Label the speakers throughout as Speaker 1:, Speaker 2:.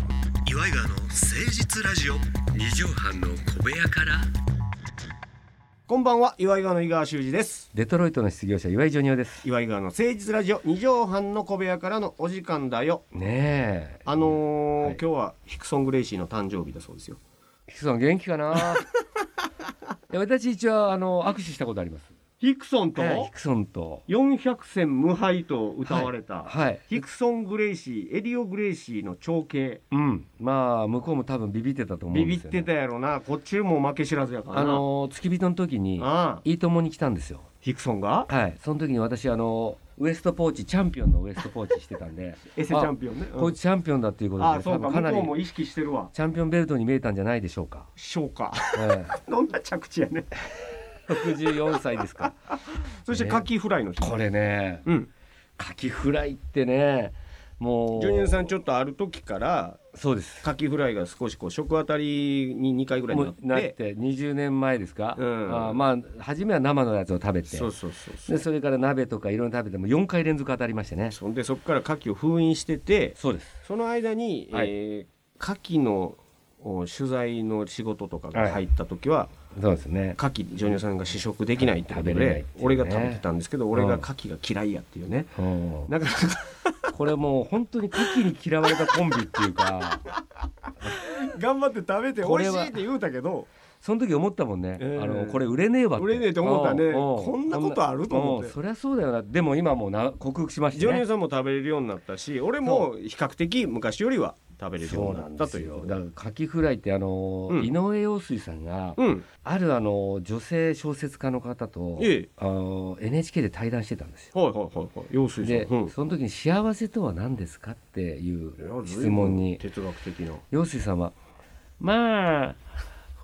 Speaker 1: イガーの誠実ラジオ
Speaker 2: 二畳半の小部屋から
Speaker 3: こんばんは岩井川の井川修司です
Speaker 2: デトロイトの失業者岩井ジョニオです
Speaker 3: 岩井川の誠実ラジオ二畳半の小部屋からのお時間だよ
Speaker 2: ねえ
Speaker 3: あのー
Speaker 2: はい
Speaker 3: 今日はヒクソン・グレイシーの誕生日だそうですよ
Speaker 2: ヒクソン元気 かないや私一応あの握手したことあります
Speaker 3: ヒクソンと
Speaker 2: ええヒクソンと
Speaker 3: 400戦無敗と歌われた、
Speaker 2: はい
Speaker 3: ヒクソン・グレイシーエリオ・グレイシーの長兄
Speaker 2: うんまあ向こうも多分ビビってたと思う
Speaker 3: ビ
Speaker 2: んで
Speaker 3: ビっ
Speaker 2: すよ、ね、
Speaker 3: てたやろなこっちも負け知らずやからな
Speaker 2: あの付き人の時に
Speaker 3: ああ
Speaker 2: いいともに来たんですよ
Speaker 3: ヒクソンが
Speaker 2: はいその時に私あのウエストポーチチャンピオンのウエストポーチしてたんで
Speaker 3: エセチャンピオンね、うん
Speaker 2: こいつチャンピオンだっていうことで
Speaker 3: ああそうか
Speaker 2: 多分かな
Speaker 3: 向
Speaker 2: り
Speaker 3: こうも意識してるわ
Speaker 2: チャンピオンベルトに見えたんじゃないでしょうか、
Speaker 3: そうか
Speaker 2: え
Speaker 3: どんな着地やね
Speaker 2: え、64歳ですか
Speaker 3: そしてカキフライの日、
Speaker 2: これね
Speaker 3: うん
Speaker 2: カキフライってねもう
Speaker 3: ジョニオさんち
Speaker 2: ょ
Speaker 3: ょっとある時から
Speaker 2: そうです
Speaker 3: カキフライが少しこう食あたりに2回ぐらいに
Speaker 2: も
Speaker 3: なっ
Speaker 2: う
Speaker 3: て
Speaker 2: なって20年前ですか、
Speaker 3: うん
Speaker 2: あまあ初めは生のやつを食べて
Speaker 3: そうそうそうそ
Speaker 2: で
Speaker 3: う
Speaker 2: それから鍋とかいろいろ食べても4回連続当たりましてね
Speaker 3: そんでそこからカキを封印してて
Speaker 2: そうです
Speaker 3: その間に、
Speaker 2: はい
Speaker 3: えー、カキのお取材の仕事とかが入った時は、
Speaker 2: そうですね
Speaker 3: カキジョニオさんが試食できないってことで、
Speaker 2: 食べれないっていうね
Speaker 3: 俺が食べてたんですけど俺がカキが嫌いやっていうね、
Speaker 2: うん
Speaker 3: なかなか
Speaker 2: これもう本当にカキに嫌われたコンビっていうか
Speaker 3: 頑張って食べて
Speaker 2: こ
Speaker 3: 美
Speaker 2: れ
Speaker 3: 味し
Speaker 2: はい
Speaker 3: って言うたけど
Speaker 2: その時思ったもんね、
Speaker 3: ええ
Speaker 2: あのこれ売れねえわ
Speaker 3: 売れねえって思ったね
Speaker 2: うんう
Speaker 3: こんなことあると思って
Speaker 2: うんそりゃそうだよなでも今もうな克服しまし
Speaker 3: ジ
Speaker 2: た
Speaker 3: ョニオ
Speaker 2: ね
Speaker 3: さんも食べれるようになったし俺も比較的昔よりは食べれるよ
Speaker 2: そうう
Speaker 3: に
Speaker 2: な
Speaker 3: なっ
Speaker 2: ん
Speaker 3: た
Speaker 2: で
Speaker 3: と
Speaker 2: す
Speaker 3: いう
Speaker 2: よ
Speaker 3: ことで
Speaker 2: だからカキフライってあの、
Speaker 3: うん
Speaker 2: 井上陽水さんが、
Speaker 3: うん
Speaker 2: あるあの女性小説家の方と、
Speaker 3: ええ
Speaker 2: あの NHK で対談してたんですよ。
Speaker 3: はいはいはいはい陽水さん
Speaker 2: で、
Speaker 3: うん
Speaker 2: その時に「幸せとは何ですか?」っていう
Speaker 3: いや
Speaker 2: 質問に
Speaker 3: 随分哲学的な
Speaker 2: 陽水さんは「まあ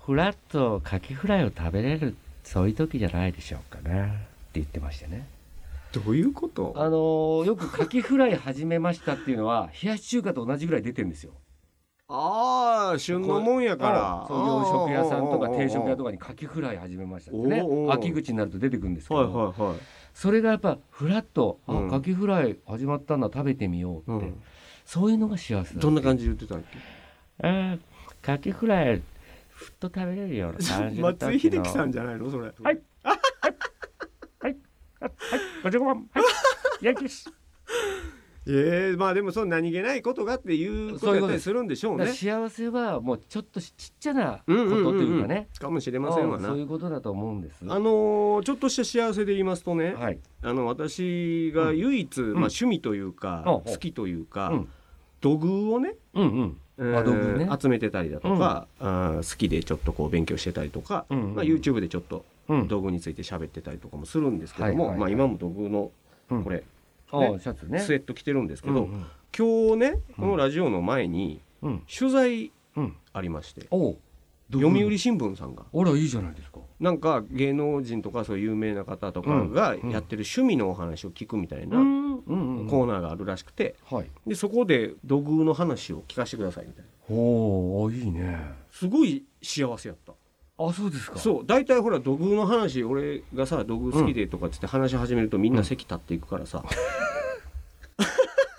Speaker 2: フラッとカキフライを食べれるそういう時じゃないでしょうかね」って言ってましてね。
Speaker 3: どういうこと
Speaker 2: あのよくカキフライ始めましたっていうのは冷やし中華と同じぐらい出てるんですよ。
Speaker 3: ああ旬のもんやから
Speaker 2: そう洋食屋さんとか定食屋と
Speaker 3: か
Speaker 2: かにカキフライ始めましたってね
Speaker 3: おうおう
Speaker 2: 秋口になると出てくるんですけど、
Speaker 3: はいはいはい
Speaker 2: それがやっぱフラッと「あ
Speaker 3: うん
Speaker 2: カキフライ始まったんだ食べてみよう」って、
Speaker 3: うん
Speaker 2: そういうのが幸せだ
Speaker 3: どんな感
Speaker 2: じ
Speaker 3: じで言ってたっけ
Speaker 2: あカキフライふっと食べれるような感じの
Speaker 3: 松井秀喜さんじゃないのそれ
Speaker 2: はいはいはい55番はい ヤンキース
Speaker 3: ええまあでもそう何気ないことがっていうこと
Speaker 2: そうい
Speaker 3: や
Speaker 2: うこ
Speaker 3: った
Speaker 2: とで
Speaker 3: り
Speaker 2: す
Speaker 3: するんでしょうね
Speaker 2: 幸せはもうちょっとしちっちゃなこと
Speaker 3: う
Speaker 2: と
Speaker 3: んうんうんうん
Speaker 2: いうかね、
Speaker 3: かもしれませんわ
Speaker 2: うん
Speaker 3: な
Speaker 2: そういうことだと思うんです
Speaker 3: あのーちょっとした幸せで言いますとね、
Speaker 2: はい
Speaker 3: あの私が唯一、まあ、趣味というか、
Speaker 2: うん
Speaker 3: 好きというか、
Speaker 2: うん
Speaker 3: 土偶をね、
Speaker 2: うんうん
Speaker 3: えー
Speaker 2: あ土偶ね
Speaker 3: 集めてたりだとか、あー好きでちょっとこう勉強してたりとか、
Speaker 2: うんうん
Speaker 3: まあ、YouTube でちょっと
Speaker 2: うん
Speaker 3: 道具について喋ってたりとかもするんですけど
Speaker 2: はい
Speaker 3: も、
Speaker 2: はいはい
Speaker 3: まあ、今も土偶のこれ、
Speaker 2: あ
Speaker 3: ね
Speaker 2: シャツね
Speaker 3: スウェット着てるんですけど、
Speaker 2: うんうん
Speaker 3: 今日ねこのラジオの前に
Speaker 2: うん
Speaker 3: 取材
Speaker 2: うん
Speaker 3: ありまして、
Speaker 2: おう
Speaker 3: 読売新聞さんが
Speaker 2: あらいいじゃないですか
Speaker 3: なんか芸能人とかそういう有名な方とかがやってる趣味のお話を聞くみたいな
Speaker 2: うんうんうん
Speaker 3: コーナーがあるらしくて、
Speaker 2: はい
Speaker 3: でそこで土偶の話を聞かせてくださいみたいな
Speaker 2: おーあいいね
Speaker 3: すごい幸せやった
Speaker 2: あそうですか
Speaker 3: そう大体ほら土偶の話俺がさ土偶好きでとかっつって話し始めるとみんな席立っていくからさ、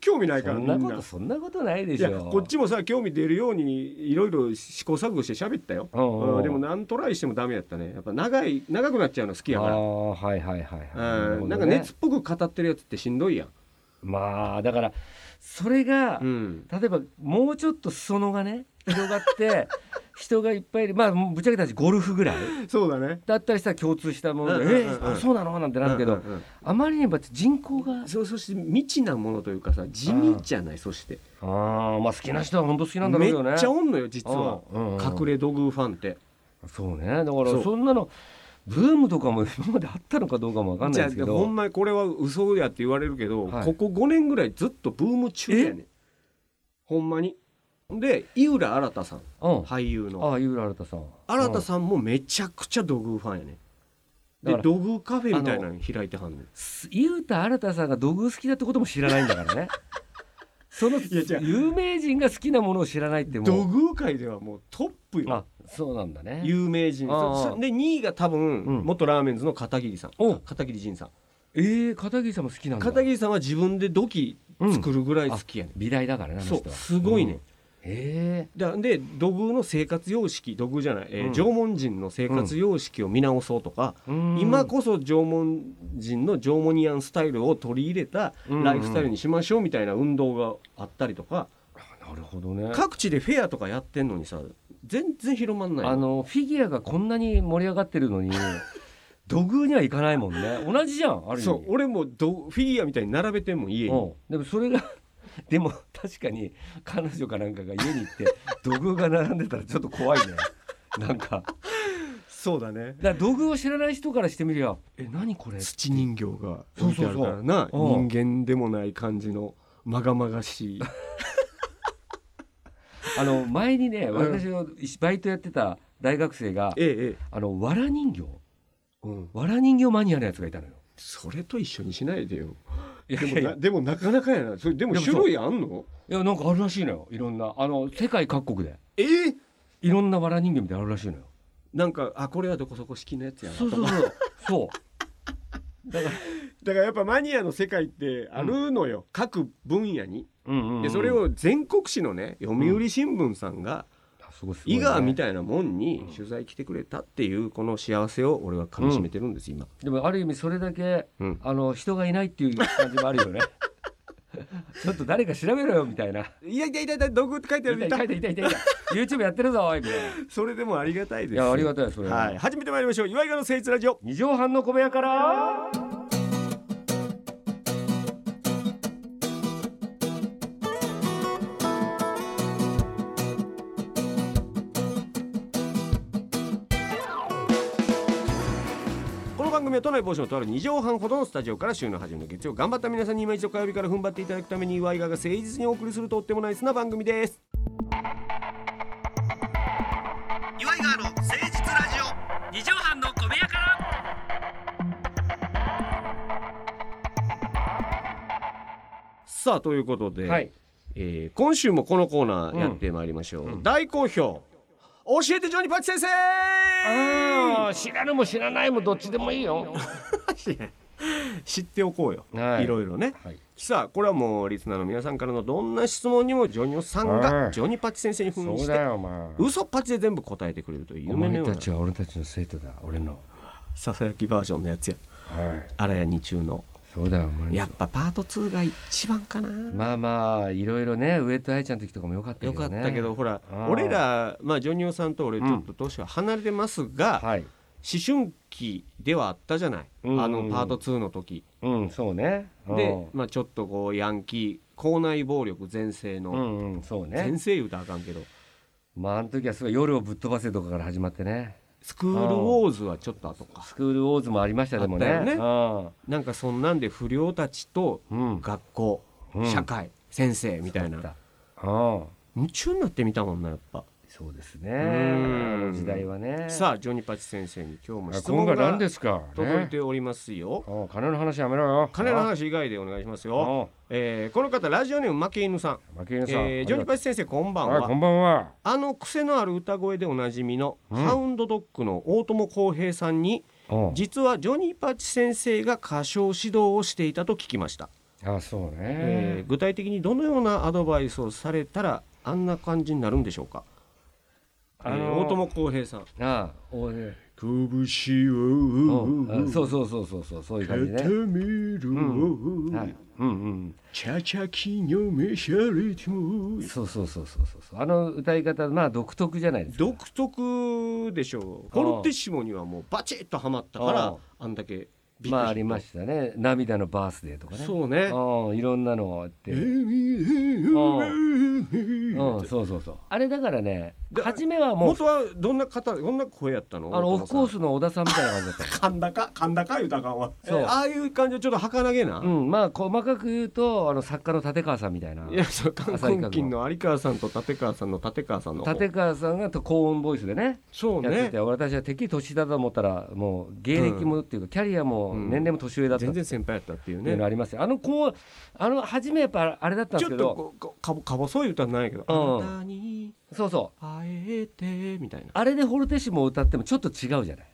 Speaker 3: 興味ないか
Speaker 2: そ
Speaker 3: ら
Speaker 2: ん
Speaker 3: み
Speaker 2: なんこ
Speaker 3: な
Speaker 2: とそんなことないで
Speaker 3: い
Speaker 2: し
Speaker 3: や
Speaker 2: ょ
Speaker 3: こっちもさ興味出るようにいろいろ試行錯誤して喋ったよ、
Speaker 2: うんうん
Speaker 3: うんでも何トライしてもダメやったねやっぱ長い長くなっちゃうの好きや
Speaker 2: あ
Speaker 3: から
Speaker 2: あはいはいはいはいるほど
Speaker 3: うん
Speaker 2: ね
Speaker 3: なんか熱っぽく語ってるやつってしんどいやん、
Speaker 2: まあだからそれが、
Speaker 3: うん、
Speaker 2: 例えばもうちょっと裾野がね広がって 人がいっぱいいるまあぶっちゃけた話ゴルフぐらい
Speaker 3: そうだね
Speaker 2: だったりしたら共通したもので「
Speaker 3: うんうんうん
Speaker 2: えーあそうなの?」なんてなるけど、
Speaker 3: うんうんうん
Speaker 2: あまりにも人口が
Speaker 3: そうそして未知なものというかさ地味じゃないそして
Speaker 2: ああまあ好きな人は本当好きなんだろ
Speaker 3: め
Speaker 2: うよね
Speaker 3: っちゃおんのよ実は
Speaker 2: うんうんうん
Speaker 3: 隠れ土偶ファンって
Speaker 2: そうねだから
Speaker 3: そう
Speaker 2: そんなのブームとかも今まであったのかどうかもわかんない
Speaker 3: じ
Speaker 2: で
Speaker 3: ゃ
Speaker 2: すけ
Speaker 3: あ
Speaker 2: ど
Speaker 3: ほんまにこれは嘘やって言われるけど、
Speaker 2: はい
Speaker 3: ここ5年ぐらいずっとブーム中やねんほんまにで井浦新さん
Speaker 2: うん、
Speaker 3: 俳優の
Speaker 2: ああ井浦新さん
Speaker 3: 新さんもめちゃくちゃ土偶ファンやねんで
Speaker 2: だから
Speaker 3: 土偶カフェみたいなの開いてはんねん
Speaker 2: 井浦新さんが土偶好きだってことも知らないんだか らねその
Speaker 3: いや違う
Speaker 2: 有名人が好きなものを知らないっても
Speaker 3: 土
Speaker 2: う
Speaker 3: 偶界ではもうトップよ
Speaker 2: あそうなんだね
Speaker 3: 有名人
Speaker 2: ああ
Speaker 3: そそで2位が多分、
Speaker 2: うん
Speaker 3: 元ラーメンズの片桐さん
Speaker 2: お
Speaker 3: 片桐仁さん
Speaker 2: えー、片桐さんも好きなんだ
Speaker 3: 片桐さんは自分で土器
Speaker 2: うん
Speaker 3: 作るぐらい好きやねん
Speaker 2: 美大だからねあの
Speaker 3: そ
Speaker 2: 人
Speaker 3: う
Speaker 2: は
Speaker 3: すごいね、
Speaker 2: え
Speaker 3: だで土偶の生活様式土偶じゃない、えー
Speaker 2: うん
Speaker 3: 縄文人の生活様式を見直そうとか、
Speaker 2: えうん
Speaker 3: 今こそ縄文人の縄文ニアンスタイルを取り入れた
Speaker 2: うん
Speaker 3: ライフスタイルにしましょうみたいな運動があったりとか、
Speaker 2: なるほどね
Speaker 3: 各地でフェアとかやってんのにさ全然広まんない
Speaker 2: あのフィギュアがこんなに盛り上がってるの に土偶にはいかないもんね同じじゃんある意味
Speaker 3: そう俺もどフィギュアみたいに並べてんもん家に
Speaker 2: うんでもそれがでも確かに彼女かなんかが家に行って土偶が並んでたらちょっと怖いねなんかだか
Speaker 3: そうだね
Speaker 2: ら土偶を知らない人からしてみりゃ「え何これ?」
Speaker 3: 土人形が
Speaker 2: そう
Speaker 3: 置い
Speaker 2: そ
Speaker 3: て
Speaker 2: うそう
Speaker 3: あるからな
Speaker 2: うん
Speaker 3: 人間でもない感じのまがまがしい
Speaker 2: あの前にね
Speaker 3: ん
Speaker 2: 私のバイトやってた大学生が
Speaker 3: ええええ
Speaker 2: あのわら人形
Speaker 3: うん、
Speaker 2: わら人形マニアのやつがいたのよ。
Speaker 3: それと一緒にしないでよ
Speaker 2: いや
Speaker 3: で
Speaker 2: い
Speaker 3: も
Speaker 2: やい
Speaker 3: な
Speaker 2: や
Speaker 3: でもなかなかやなそれでも
Speaker 2: でもそう
Speaker 3: 種類あんの
Speaker 2: いやなんかあるらしいのよいろんなあの世界各国で
Speaker 3: ええ
Speaker 2: いろんなわら人形みたいなのあるらしいのよ。
Speaker 3: なんかあこれはどこそこ式のやつやな
Speaker 2: そうそうそうそうだか
Speaker 3: だからやっぱマニアの世界ってあるのよ、各分野に
Speaker 2: ら、うんうんうん
Speaker 3: でそれを全国紙のね読売新聞さんが
Speaker 2: あすごいすごいね
Speaker 3: 伊賀みたいなもんに取材来てくれたっていうこの幸せを俺はかみしめてるんです今、
Speaker 2: でもある意味それだけ、
Speaker 3: うん
Speaker 2: あの人がいないっていう感じもあるよ ね。ちょっと誰か調べろよみたいな。
Speaker 3: いやいやいやいや道具って書いてあ
Speaker 2: いたい
Speaker 3: る
Speaker 2: たいたいたいた。YouTube やってるぞおいみたいな。い
Speaker 3: それでもありがたいです
Speaker 2: やありがたいよそれ。
Speaker 3: はい、始めてまいりましょう岩井川の誠実ラジオ
Speaker 2: 二畳半の小部屋から。
Speaker 3: この番組は都内某所のとある2畳半ほどのスタジオから週の初めの月曜頑張った皆さんに今一度火曜日から踏ん張っていただくために岩井川が誠実にお送りするとってもナイスな番組です
Speaker 1: 岩井川の誠実ラジオ
Speaker 2: 二畳半の小部屋から。
Speaker 3: さあということで、
Speaker 2: はい。
Speaker 3: えー今週もこのコーナーやってまいりましょう、大好評教えてジョニーパチ先生
Speaker 2: ああ知らぬも知らないもどっちでもいいよ。
Speaker 3: 知っておこうよ、
Speaker 2: はい
Speaker 3: い、ろいろね
Speaker 2: はい。
Speaker 3: さあこれはもうリスナーの皆さんからのどんな質問にもジョニオさんが
Speaker 2: はい
Speaker 3: ジョニーパチ先生に扮
Speaker 2: そう
Speaker 3: し
Speaker 2: だ
Speaker 3: て
Speaker 2: よお前。
Speaker 3: 嘘パチで全部答えてくれるという
Speaker 2: お
Speaker 3: 夢の
Speaker 2: 前
Speaker 3: よう
Speaker 2: た
Speaker 3: な
Speaker 2: ちは俺たちの生徒だ俺の。
Speaker 3: ささやきバージョンのやつや
Speaker 2: はい。
Speaker 3: あらやに中の
Speaker 2: そうだよお前。
Speaker 3: やっぱパート2が一番かな、
Speaker 2: まあまあいろいろね上戸彩ちゃんの時とかも良かったけど
Speaker 3: よ
Speaker 2: ね。
Speaker 3: かったけど、。ほら
Speaker 2: うん
Speaker 3: 俺ら、まあ、ジョニオさんと俺ちょっと年は離れてますが、
Speaker 2: はい。
Speaker 3: 思春期ではあったじゃない、
Speaker 2: うん
Speaker 3: あのパート2の時、
Speaker 2: うんそうね。
Speaker 3: で、まあ、ちょっとこうヤンキー校内暴力全盛
Speaker 2: う
Speaker 3: の、
Speaker 2: んうんそうね。
Speaker 3: 全盛言うたらあかんけど
Speaker 2: まああの時はすごい夜をぶっ飛ばせとかから始まってね。
Speaker 3: スクールウォーズはちょっと後か
Speaker 2: スクールウォーズもありましたでもね。
Speaker 3: あった
Speaker 2: よ
Speaker 3: なんかそんなんで不良たちと
Speaker 2: ね。うん。
Speaker 3: 学校、
Speaker 2: うん
Speaker 3: 社会先生みたい
Speaker 2: そうだっ
Speaker 3: な
Speaker 2: た。うん。
Speaker 3: 夢中になってみたもんなやっぱ、
Speaker 2: そうですね。
Speaker 3: ん
Speaker 2: あの時代はね。
Speaker 3: さあジョニパチ先生に今日も
Speaker 2: あ
Speaker 3: 質問
Speaker 2: 今回何
Speaker 3: が
Speaker 2: ですか。
Speaker 3: 届い
Speaker 2: ね。
Speaker 3: ておりますよ、
Speaker 2: うん金の話やめろよ。
Speaker 3: 金の話以外でお願いします
Speaker 2: うん。
Speaker 3: よ、えーこの方ラジオネーム負け犬さん
Speaker 2: マキエ
Speaker 3: え
Speaker 2: ネさん。
Speaker 3: ージョニ
Speaker 2: パ
Speaker 3: パチ先生こんばんは
Speaker 2: こんばんは。
Speaker 3: あの癖のある歌声でおなじみの、
Speaker 2: うん
Speaker 3: ハウンドドッグの大友康平さんに
Speaker 2: うん
Speaker 3: 実はジョニーパチ先生が歌唱指導をしていたと聞きました、
Speaker 2: あそう
Speaker 3: え
Speaker 2: ね
Speaker 3: ー。具体的にどのようなアドバイスをされたらあんな感じになるんでしょうか、
Speaker 2: あの
Speaker 3: えー大友康平さん
Speaker 2: あおね
Speaker 3: 「拳を
Speaker 2: うん、そうそうそうそうそうそういう感じね。
Speaker 3: みる
Speaker 2: うんはい。うん
Speaker 3: チャチャキのメシャリティ
Speaker 2: うん。そうそうそうそうそうそう。あの歌い方まあ独特じゃないですか。
Speaker 3: 独特でしょう
Speaker 2: あー
Speaker 3: コルテッシモにはもうバチッとはまったか
Speaker 2: あ
Speaker 3: ら
Speaker 2: ー
Speaker 3: あんだけビッグヒット
Speaker 2: まあありましたね。涙のバースデーとかね。
Speaker 3: そうね
Speaker 2: うんいろんなのあって。うん
Speaker 3: 元
Speaker 2: そうそうそう。あれだからね
Speaker 3: で
Speaker 2: 初めはもう
Speaker 3: はどんな方どんな声やったの
Speaker 2: あのオフコー
Speaker 3: ス
Speaker 2: スの小田さんみたいな感じだった。
Speaker 3: 甲高甲高いうたかは
Speaker 2: そう
Speaker 3: ああいう感じはちょっと儚げな、。
Speaker 2: うんまあ細かく言うとあの作家の立川さんみたいない
Speaker 3: やそう韓
Speaker 2: 浅い
Speaker 3: 国金の有川さんと立川さんの立川さんの方
Speaker 2: 立川さんがと高音ボイスでね。
Speaker 3: そう
Speaker 2: やって
Speaker 3: ね
Speaker 2: て、私はてっきり年だと思ったらもう芸歴もっていうかキャリアも
Speaker 3: うん
Speaker 2: 年齢も年上だった
Speaker 3: 全然先輩やったっていう
Speaker 2: っていうの
Speaker 3: ね
Speaker 2: ありますよあのこうあの初めやっぱあれだったんで
Speaker 3: ち
Speaker 2: す
Speaker 3: ょ
Speaker 2: け
Speaker 3: っと
Speaker 2: ど
Speaker 3: こうこうかぼか細い歌なんやけど「
Speaker 2: うん
Speaker 3: あなたに
Speaker 2: そうそう
Speaker 3: 会えて」みたいな
Speaker 2: あれでホルテシモを歌ってもちょっと違うじゃない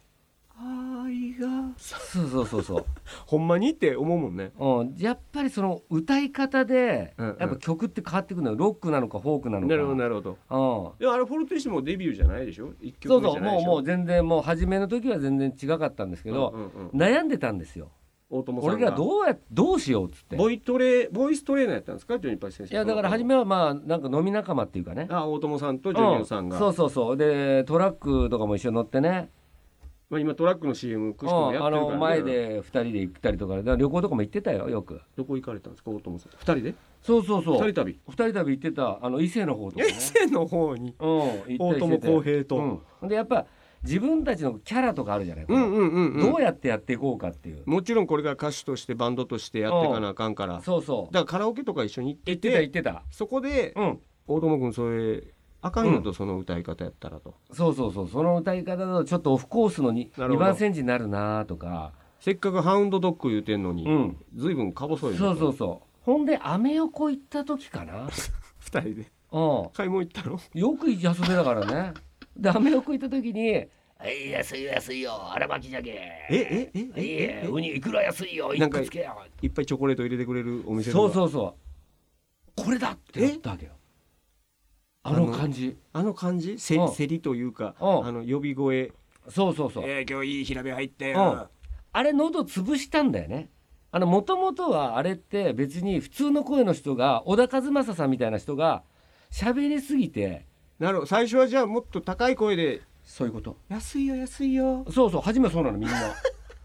Speaker 3: 「愛が
Speaker 2: そうそうそ うそう
Speaker 3: ほんまにって思うもんね
Speaker 2: うん、やっぱりその歌い方で、
Speaker 3: うんうん
Speaker 2: やっぱ曲って変わってくるのよロックなのかフォークなのか
Speaker 3: なるほどなるほど
Speaker 2: うん
Speaker 3: でもあれフォルティッシモデビューじゃないでしょ一
Speaker 2: そ
Speaker 3: 曲
Speaker 2: う
Speaker 3: 目じ
Speaker 2: そう
Speaker 3: ゃないでし
Speaker 2: もう
Speaker 3: ょ
Speaker 2: もう全然もう初めの時は全然違かったんですけど、
Speaker 3: うんうんうん
Speaker 2: 悩んでたんですよ
Speaker 3: 大友さんが
Speaker 2: 俺らどうやどうしようっつって
Speaker 3: ボイトレボイストレーナーやったんですかジョニーパチ先生
Speaker 2: いやだから初めはまあなんか飲み仲間っていうかね
Speaker 3: あ大友さんとジョニ
Speaker 2: う
Speaker 3: オさんが、
Speaker 2: そうそうそうでトラックとかも一緒に乗ってね
Speaker 3: まあ、今トラックの CM くしくも
Speaker 2: う
Speaker 3: や
Speaker 2: ん
Speaker 3: って
Speaker 2: あ
Speaker 3: るから、
Speaker 2: の
Speaker 3: ね、
Speaker 2: 前で2人で行ったりとかだから旅行とかも行ってたよよく
Speaker 3: どこ行かれたんですか大友さん二人で
Speaker 2: そうそう
Speaker 3: 二
Speaker 2: そう
Speaker 3: 人
Speaker 2: 2
Speaker 3: 旅
Speaker 2: 人旅行ってたあの伊勢の方とか
Speaker 3: 伊
Speaker 2: ね
Speaker 3: 勢の方に
Speaker 2: うん行っ
Speaker 3: 大
Speaker 2: たり
Speaker 3: 友
Speaker 2: してて
Speaker 3: 康平と、
Speaker 2: うん、でやっぱ自分たちのキャラとかあるじゃない、
Speaker 3: うんうんうん、うん、
Speaker 2: どうやってやっていこうかっていう、
Speaker 3: もちろんこれが歌手としてバンドとしてやっていかなあかんからだか
Speaker 2: そうそう
Speaker 3: らカラオケとか一緒に行って
Speaker 2: 言ってた言ってた
Speaker 3: そこで
Speaker 2: うん
Speaker 3: 大友君それあかんよとその歌い方やったらと、
Speaker 2: そうそうそうその歌い方だとちょっとオフコースの 2,
Speaker 3: なるほど
Speaker 2: 2番センチになるなとか
Speaker 3: せっかくハウンドドッグ言うてんのに、
Speaker 2: うん
Speaker 3: ずいぶんか細い
Speaker 2: そうそううそうほんでアメ横行った時かな
Speaker 3: 二人で
Speaker 2: うん
Speaker 3: 買い物行ったの
Speaker 2: よく遊べたからね でアメ横行った時に「はい安いよ安いよ荒巻じゃけ
Speaker 3: ええええ
Speaker 2: いいえウニいくら安いよ
Speaker 3: なん
Speaker 2: 一
Speaker 3: か
Speaker 2: 個つけよ
Speaker 3: いっぱいチョコレート入れてくれるお」店とか
Speaker 2: そうそうそうこれだってやったわけよあの感じ
Speaker 3: あの感じせ
Speaker 2: うん
Speaker 3: せりというか
Speaker 2: うん
Speaker 3: あの呼び声
Speaker 2: そうそうそう
Speaker 3: えー今日いい平べ入った
Speaker 2: うんあれ喉潰したんだよねあの元々はあれって別に普通の声の人が小田和正さんみたいな人が喋りすぎて
Speaker 3: なるほど最初はじゃあもっと高い声で
Speaker 2: そういうこと
Speaker 3: 安いよ安いよ
Speaker 2: そうそう初めはそうなのみんな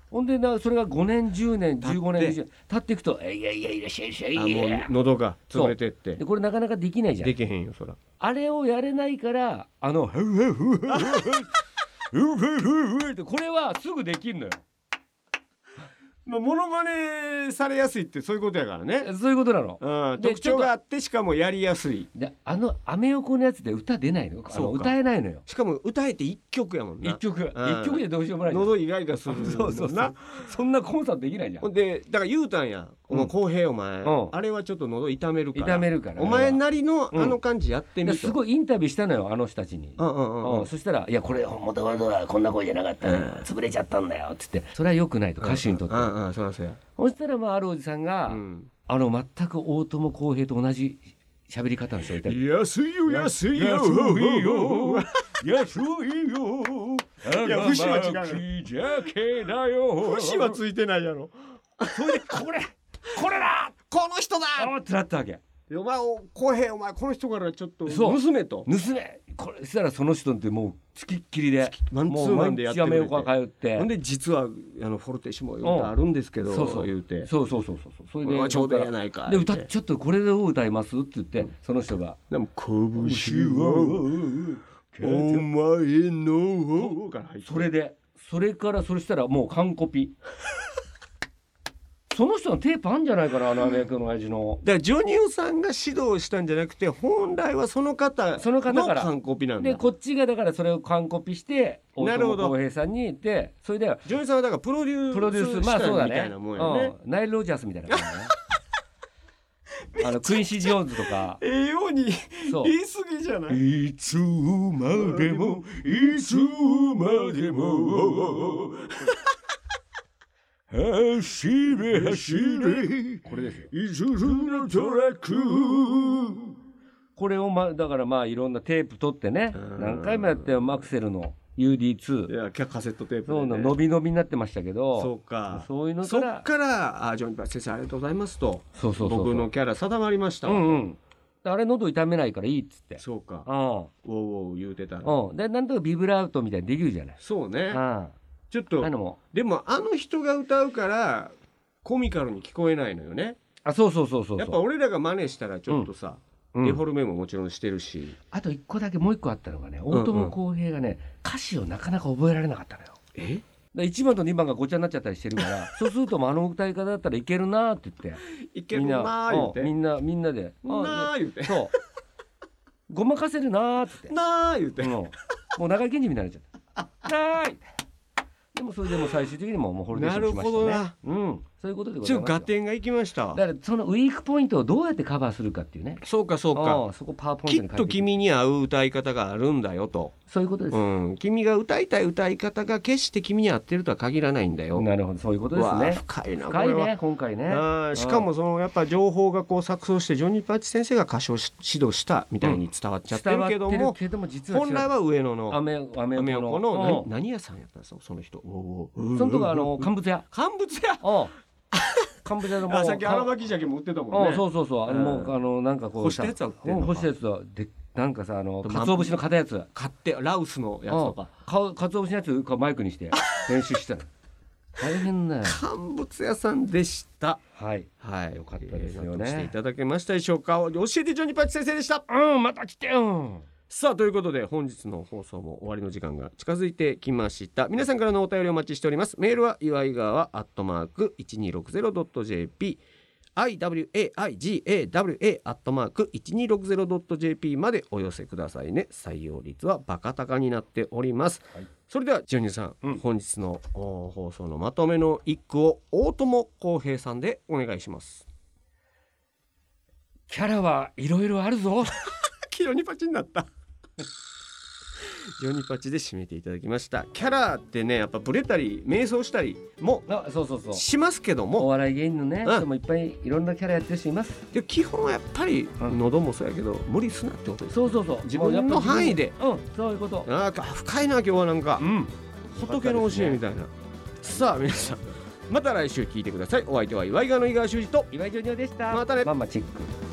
Speaker 2: ほんでなそれが5年10年
Speaker 3: 経って
Speaker 2: 15年20年経っていくと「えいやいやいらっしゃいいらっしゃい
Speaker 3: あ
Speaker 2: い
Speaker 3: も
Speaker 2: や
Speaker 3: う喉が潰れてって
Speaker 2: でこれなかなかできないじゃん
Speaker 3: できへんよそら
Speaker 2: あれをやれないからあの「ふふふふふふふふふ」ってこれはすぐできんのよ
Speaker 3: まあモノマネされやすいってそういうことやからね
Speaker 2: そういうことなの
Speaker 3: うん
Speaker 2: で
Speaker 3: 特徴があってしかもやりやすい
Speaker 2: であのアメ横のやつで歌出ないのあの
Speaker 3: そうか
Speaker 2: 歌えないのよ
Speaker 3: しかも歌えて一曲やもん
Speaker 2: 一
Speaker 3: な
Speaker 2: 曲一曲でどうしようもないじゃん
Speaker 3: 喉イガイガするもんな
Speaker 2: そうそうそうそんなコンサートできないじゃん
Speaker 3: ほんでだから言うたんや「お
Speaker 2: う
Speaker 3: 前
Speaker 2: ん
Speaker 3: 浩平お前
Speaker 2: うん
Speaker 3: あれはちょっと喉痛めるから
Speaker 2: 痛めるから
Speaker 3: お前なりの
Speaker 2: うん
Speaker 3: あの感じやってみ」
Speaker 2: で
Speaker 3: と
Speaker 2: すごいインタビューしたのよあの人たちに
Speaker 3: う、んうんうんうん
Speaker 2: うんそしたら「いやこれもともとはこんな声じゃなかったのよ潰れちゃったんだよ」っつってそれは良くないと歌手にとって、
Speaker 3: うんうん、そらそうや。
Speaker 2: そしたらまああるおじさんが、
Speaker 3: うん。
Speaker 2: あの全く大友康平と同じ喋り方の人がいたり
Speaker 3: 安いよ、安いよ。
Speaker 2: 安いよ
Speaker 3: いや節は違うよ
Speaker 2: じゃけだよ
Speaker 3: 節はついてないやろ。
Speaker 2: それでこれこれだ
Speaker 3: この人だ
Speaker 2: あーってなったわけ
Speaker 3: お前、お浩平、お前、この人からちょっと、
Speaker 2: そう
Speaker 3: 娘と。
Speaker 2: 盗めこれしたらその人ってもうつきっきりで
Speaker 3: マンツ
Speaker 2: も
Speaker 3: ー
Speaker 2: う
Speaker 3: マ
Speaker 2: 毎
Speaker 3: ンでやっ
Speaker 2: 日
Speaker 3: て
Speaker 2: や
Speaker 3: く
Speaker 2: め
Speaker 3: れ
Speaker 2: よ
Speaker 3: て
Speaker 2: うか通って
Speaker 3: ほんで、実は、あの、フォルテシモよくあるんですけど、
Speaker 2: そうそう
Speaker 3: 言うて。
Speaker 2: そうそうそうそうそれ
Speaker 3: これはちょうどやないか。
Speaker 2: で
Speaker 3: 言うて
Speaker 2: 歌ちょっとこれでどう歌いますって言って、その人が
Speaker 3: でも、拳を、お前の、から入って
Speaker 2: それでそれからそれしたらもう完コピ その人のテープあんじゃないかなあのアメ役の親父の
Speaker 3: だからジョニオさんが指導したんじゃなくて本来はその方
Speaker 2: その方から
Speaker 3: 完コピなんだ
Speaker 2: でこっちがだからそれを完コピして大
Speaker 3: なるほ
Speaker 2: 友
Speaker 3: ど
Speaker 2: 康平さんに言ってそれで
Speaker 3: ジョニーさんはだからプロデュース
Speaker 2: プロデュースまあ
Speaker 3: した
Speaker 2: そうだ
Speaker 3: みた
Speaker 2: ね
Speaker 3: いなもんやね。
Speaker 2: うん、ナイル・ロジャースみたいな感 じだねあのクインシー・ジョーンズとか
Speaker 3: ええように
Speaker 2: そう
Speaker 3: 言い過ぎじゃない。
Speaker 2: いつま
Speaker 3: でもいつまでも
Speaker 2: 走れ走れこれですよ
Speaker 3: いつのトラック。
Speaker 2: これをまだからまあいろんなテープ取ってね
Speaker 3: うん
Speaker 2: 何回もやったよマクセルの UD2
Speaker 3: いやキャカセットテープで、
Speaker 2: そう
Speaker 3: ね。
Speaker 2: の伸び伸びになってましたけど
Speaker 3: そうか。
Speaker 2: そういうの
Speaker 3: そ
Speaker 2: か
Speaker 3: っ
Speaker 2: ら
Speaker 3: からあジョニー先生ありがとうございますと
Speaker 2: そうそうそうそう
Speaker 3: 僕のキャラ定まりました。
Speaker 2: うんうんあれ喉痛めないからいいっつって
Speaker 3: そうか
Speaker 2: う。ん
Speaker 3: ウォーウォー言うてたら。
Speaker 2: うんでなんとかビブラートみたいにできるじゃない
Speaker 3: そう
Speaker 2: う
Speaker 3: ね
Speaker 2: ん。あ
Speaker 3: ちょっと
Speaker 2: のも
Speaker 3: でもあの人が歌うからコミカルに聞こえないのよね。
Speaker 2: あそうそうそうそう
Speaker 3: やっぱ
Speaker 2: そう
Speaker 3: 俺らが真似したらちょっとさ、
Speaker 2: うん
Speaker 3: デフォルメももちろんしてるし。
Speaker 2: あと一個だけもう一個あったのがね
Speaker 3: んうん
Speaker 2: 大友康平がね歌詞をなかなか覚えられなかったのよ
Speaker 3: え？
Speaker 2: で1番と2番がごちゃになっちゃったりしてるから そうするともうあの歌い方だったらいけるなーって言って
Speaker 3: いけ
Speaker 2: み
Speaker 3: る
Speaker 2: んな
Speaker 3: なー言うて。
Speaker 2: うんみんなみんなで「
Speaker 3: な
Speaker 2: あ
Speaker 3: ー言う
Speaker 2: い
Speaker 3: て。
Speaker 2: やそうごまかせるな」っつって
Speaker 3: なー言うて
Speaker 2: うん。もう長井賢治みたいになっちゃった「なーい!」でもそれでも最終的にもうもうホルデーションしましたね。
Speaker 3: なる
Speaker 2: うんそういうことでござ
Speaker 3: ち
Speaker 2: い
Speaker 3: ょっ
Speaker 2: ま
Speaker 3: と
Speaker 2: す
Speaker 3: 合点がいきました
Speaker 2: だからそのウィークポイントをどうやってカバーするかっていうね
Speaker 3: そうかそう
Speaker 2: あ
Speaker 3: か
Speaker 2: あそこパワーポイ
Speaker 3: き
Speaker 2: ント
Speaker 3: っ
Speaker 2: に書
Speaker 3: と
Speaker 2: いてる
Speaker 3: 君に合う歌い方があるんだよと、
Speaker 2: そういうことです、
Speaker 3: うん、君が歌いたい歌い方が決して君に合ってるとは限らないんだよ
Speaker 2: なるほどそういうこと
Speaker 3: う
Speaker 2: です
Speaker 3: わあ
Speaker 2: ね
Speaker 3: 深いなこ
Speaker 2: 深
Speaker 3: れ
Speaker 2: い
Speaker 3: は、
Speaker 2: ね今回ね
Speaker 3: ああしかもそのやっぱ情報がこう錯綜してジョニー・パッチ先生が歌唱し指導したみたいに伝わっちゃって
Speaker 2: 伝
Speaker 3: る
Speaker 2: わって
Speaker 3: け
Speaker 2: る
Speaker 3: ども
Speaker 2: けども実は違う
Speaker 3: 本来は上野の
Speaker 2: アメアメ
Speaker 3: アメ
Speaker 2: 横
Speaker 3: 横
Speaker 2: の
Speaker 3: の
Speaker 2: う
Speaker 3: 何
Speaker 2: ん
Speaker 3: 何屋さんやったんですかその人おうおう
Speaker 2: そのとこあの乾物屋
Speaker 3: 乾物屋
Speaker 2: うん乾物屋のもう
Speaker 3: あさっき荒
Speaker 2: か
Speaker 3: 巻鮭も売ってたもん
Speaker 2: う
Speaker 3: ね
Speaker 2: んそうそうそうあのも
Speaker 3: うん
Speaker 2: うあのなんかこう
Speaker 3: 干したやつは売ってんの
Speaker 2: う
Speaker 3: か
Speaker 2: ん干したやつはでなんかさあの
Speaker 3: と
Speaker 2: 鰹節の片やつや
Speaker 3: 買ってラウスのやつとか
Speaker 2: か鰹節のやつかマイクにして練習してたの 大変だよ
Speaker 3: 乾物屋さんでした
Speaker 2: はい
Speaker 3: はい
Speaker 2: よかったですよ
Speaker 3: え
Speaker 2: ね
Speaker 3: ー納得していただけましたでしょうか教えてジョニーパッチ先生でした
Speaker 2: うんまた来てよ
Speaker 3: さあということで本日の放送も終わりの時間が近づいてきました皆さんからのお便りお待ちしておりますメールは岩井川アットマーク 1260.jp iwaigawa アットマーク 1260.jp までお寄せくださいね採用率はバカ高になっております、
Speaker 2: はい
Speaker 3: それではジョニーさん、
Speaker 2: うん
Speaker 3: 本日のお放送のまとめの一句を大友康平さんでお願いします
Speaker 2: キャラはいろいろあるぞ
Speaker 3: ジョニパチになったジョニパチで締めていただきましたキャラってねやっぱブレたり迷走したりも
Speaker 2: あそうそうそう
Speaker 3: しますけど
Speaker 2: お
Speaker 3: も
Speaker 2: 笑い芸人のね、
Speaker 3: うん
Speaker 2: 人もいっぱいいろんなキャラやってる人います
Speaker 3: で基本はやっぱり
Speaker 2: うん
Speaker 3: 喉もそうやけど無理すなってことです
Speaker 2: そうそうそう
Speaker 3: 自分の範囲で
Speaker 2: もうやっぱ自分でうんそういうこと
Speaker 3: なんか深いな今日はなんか
Speaker 2: うん
Speaker 3: 仏の教えみたいなさあ皆さんまた来週聞いてくださいお相手は岩井川の井川修司と
Speaker 2: 岩井ジョニオでした
Speaker 3: またね
Speaker 2: ママチェック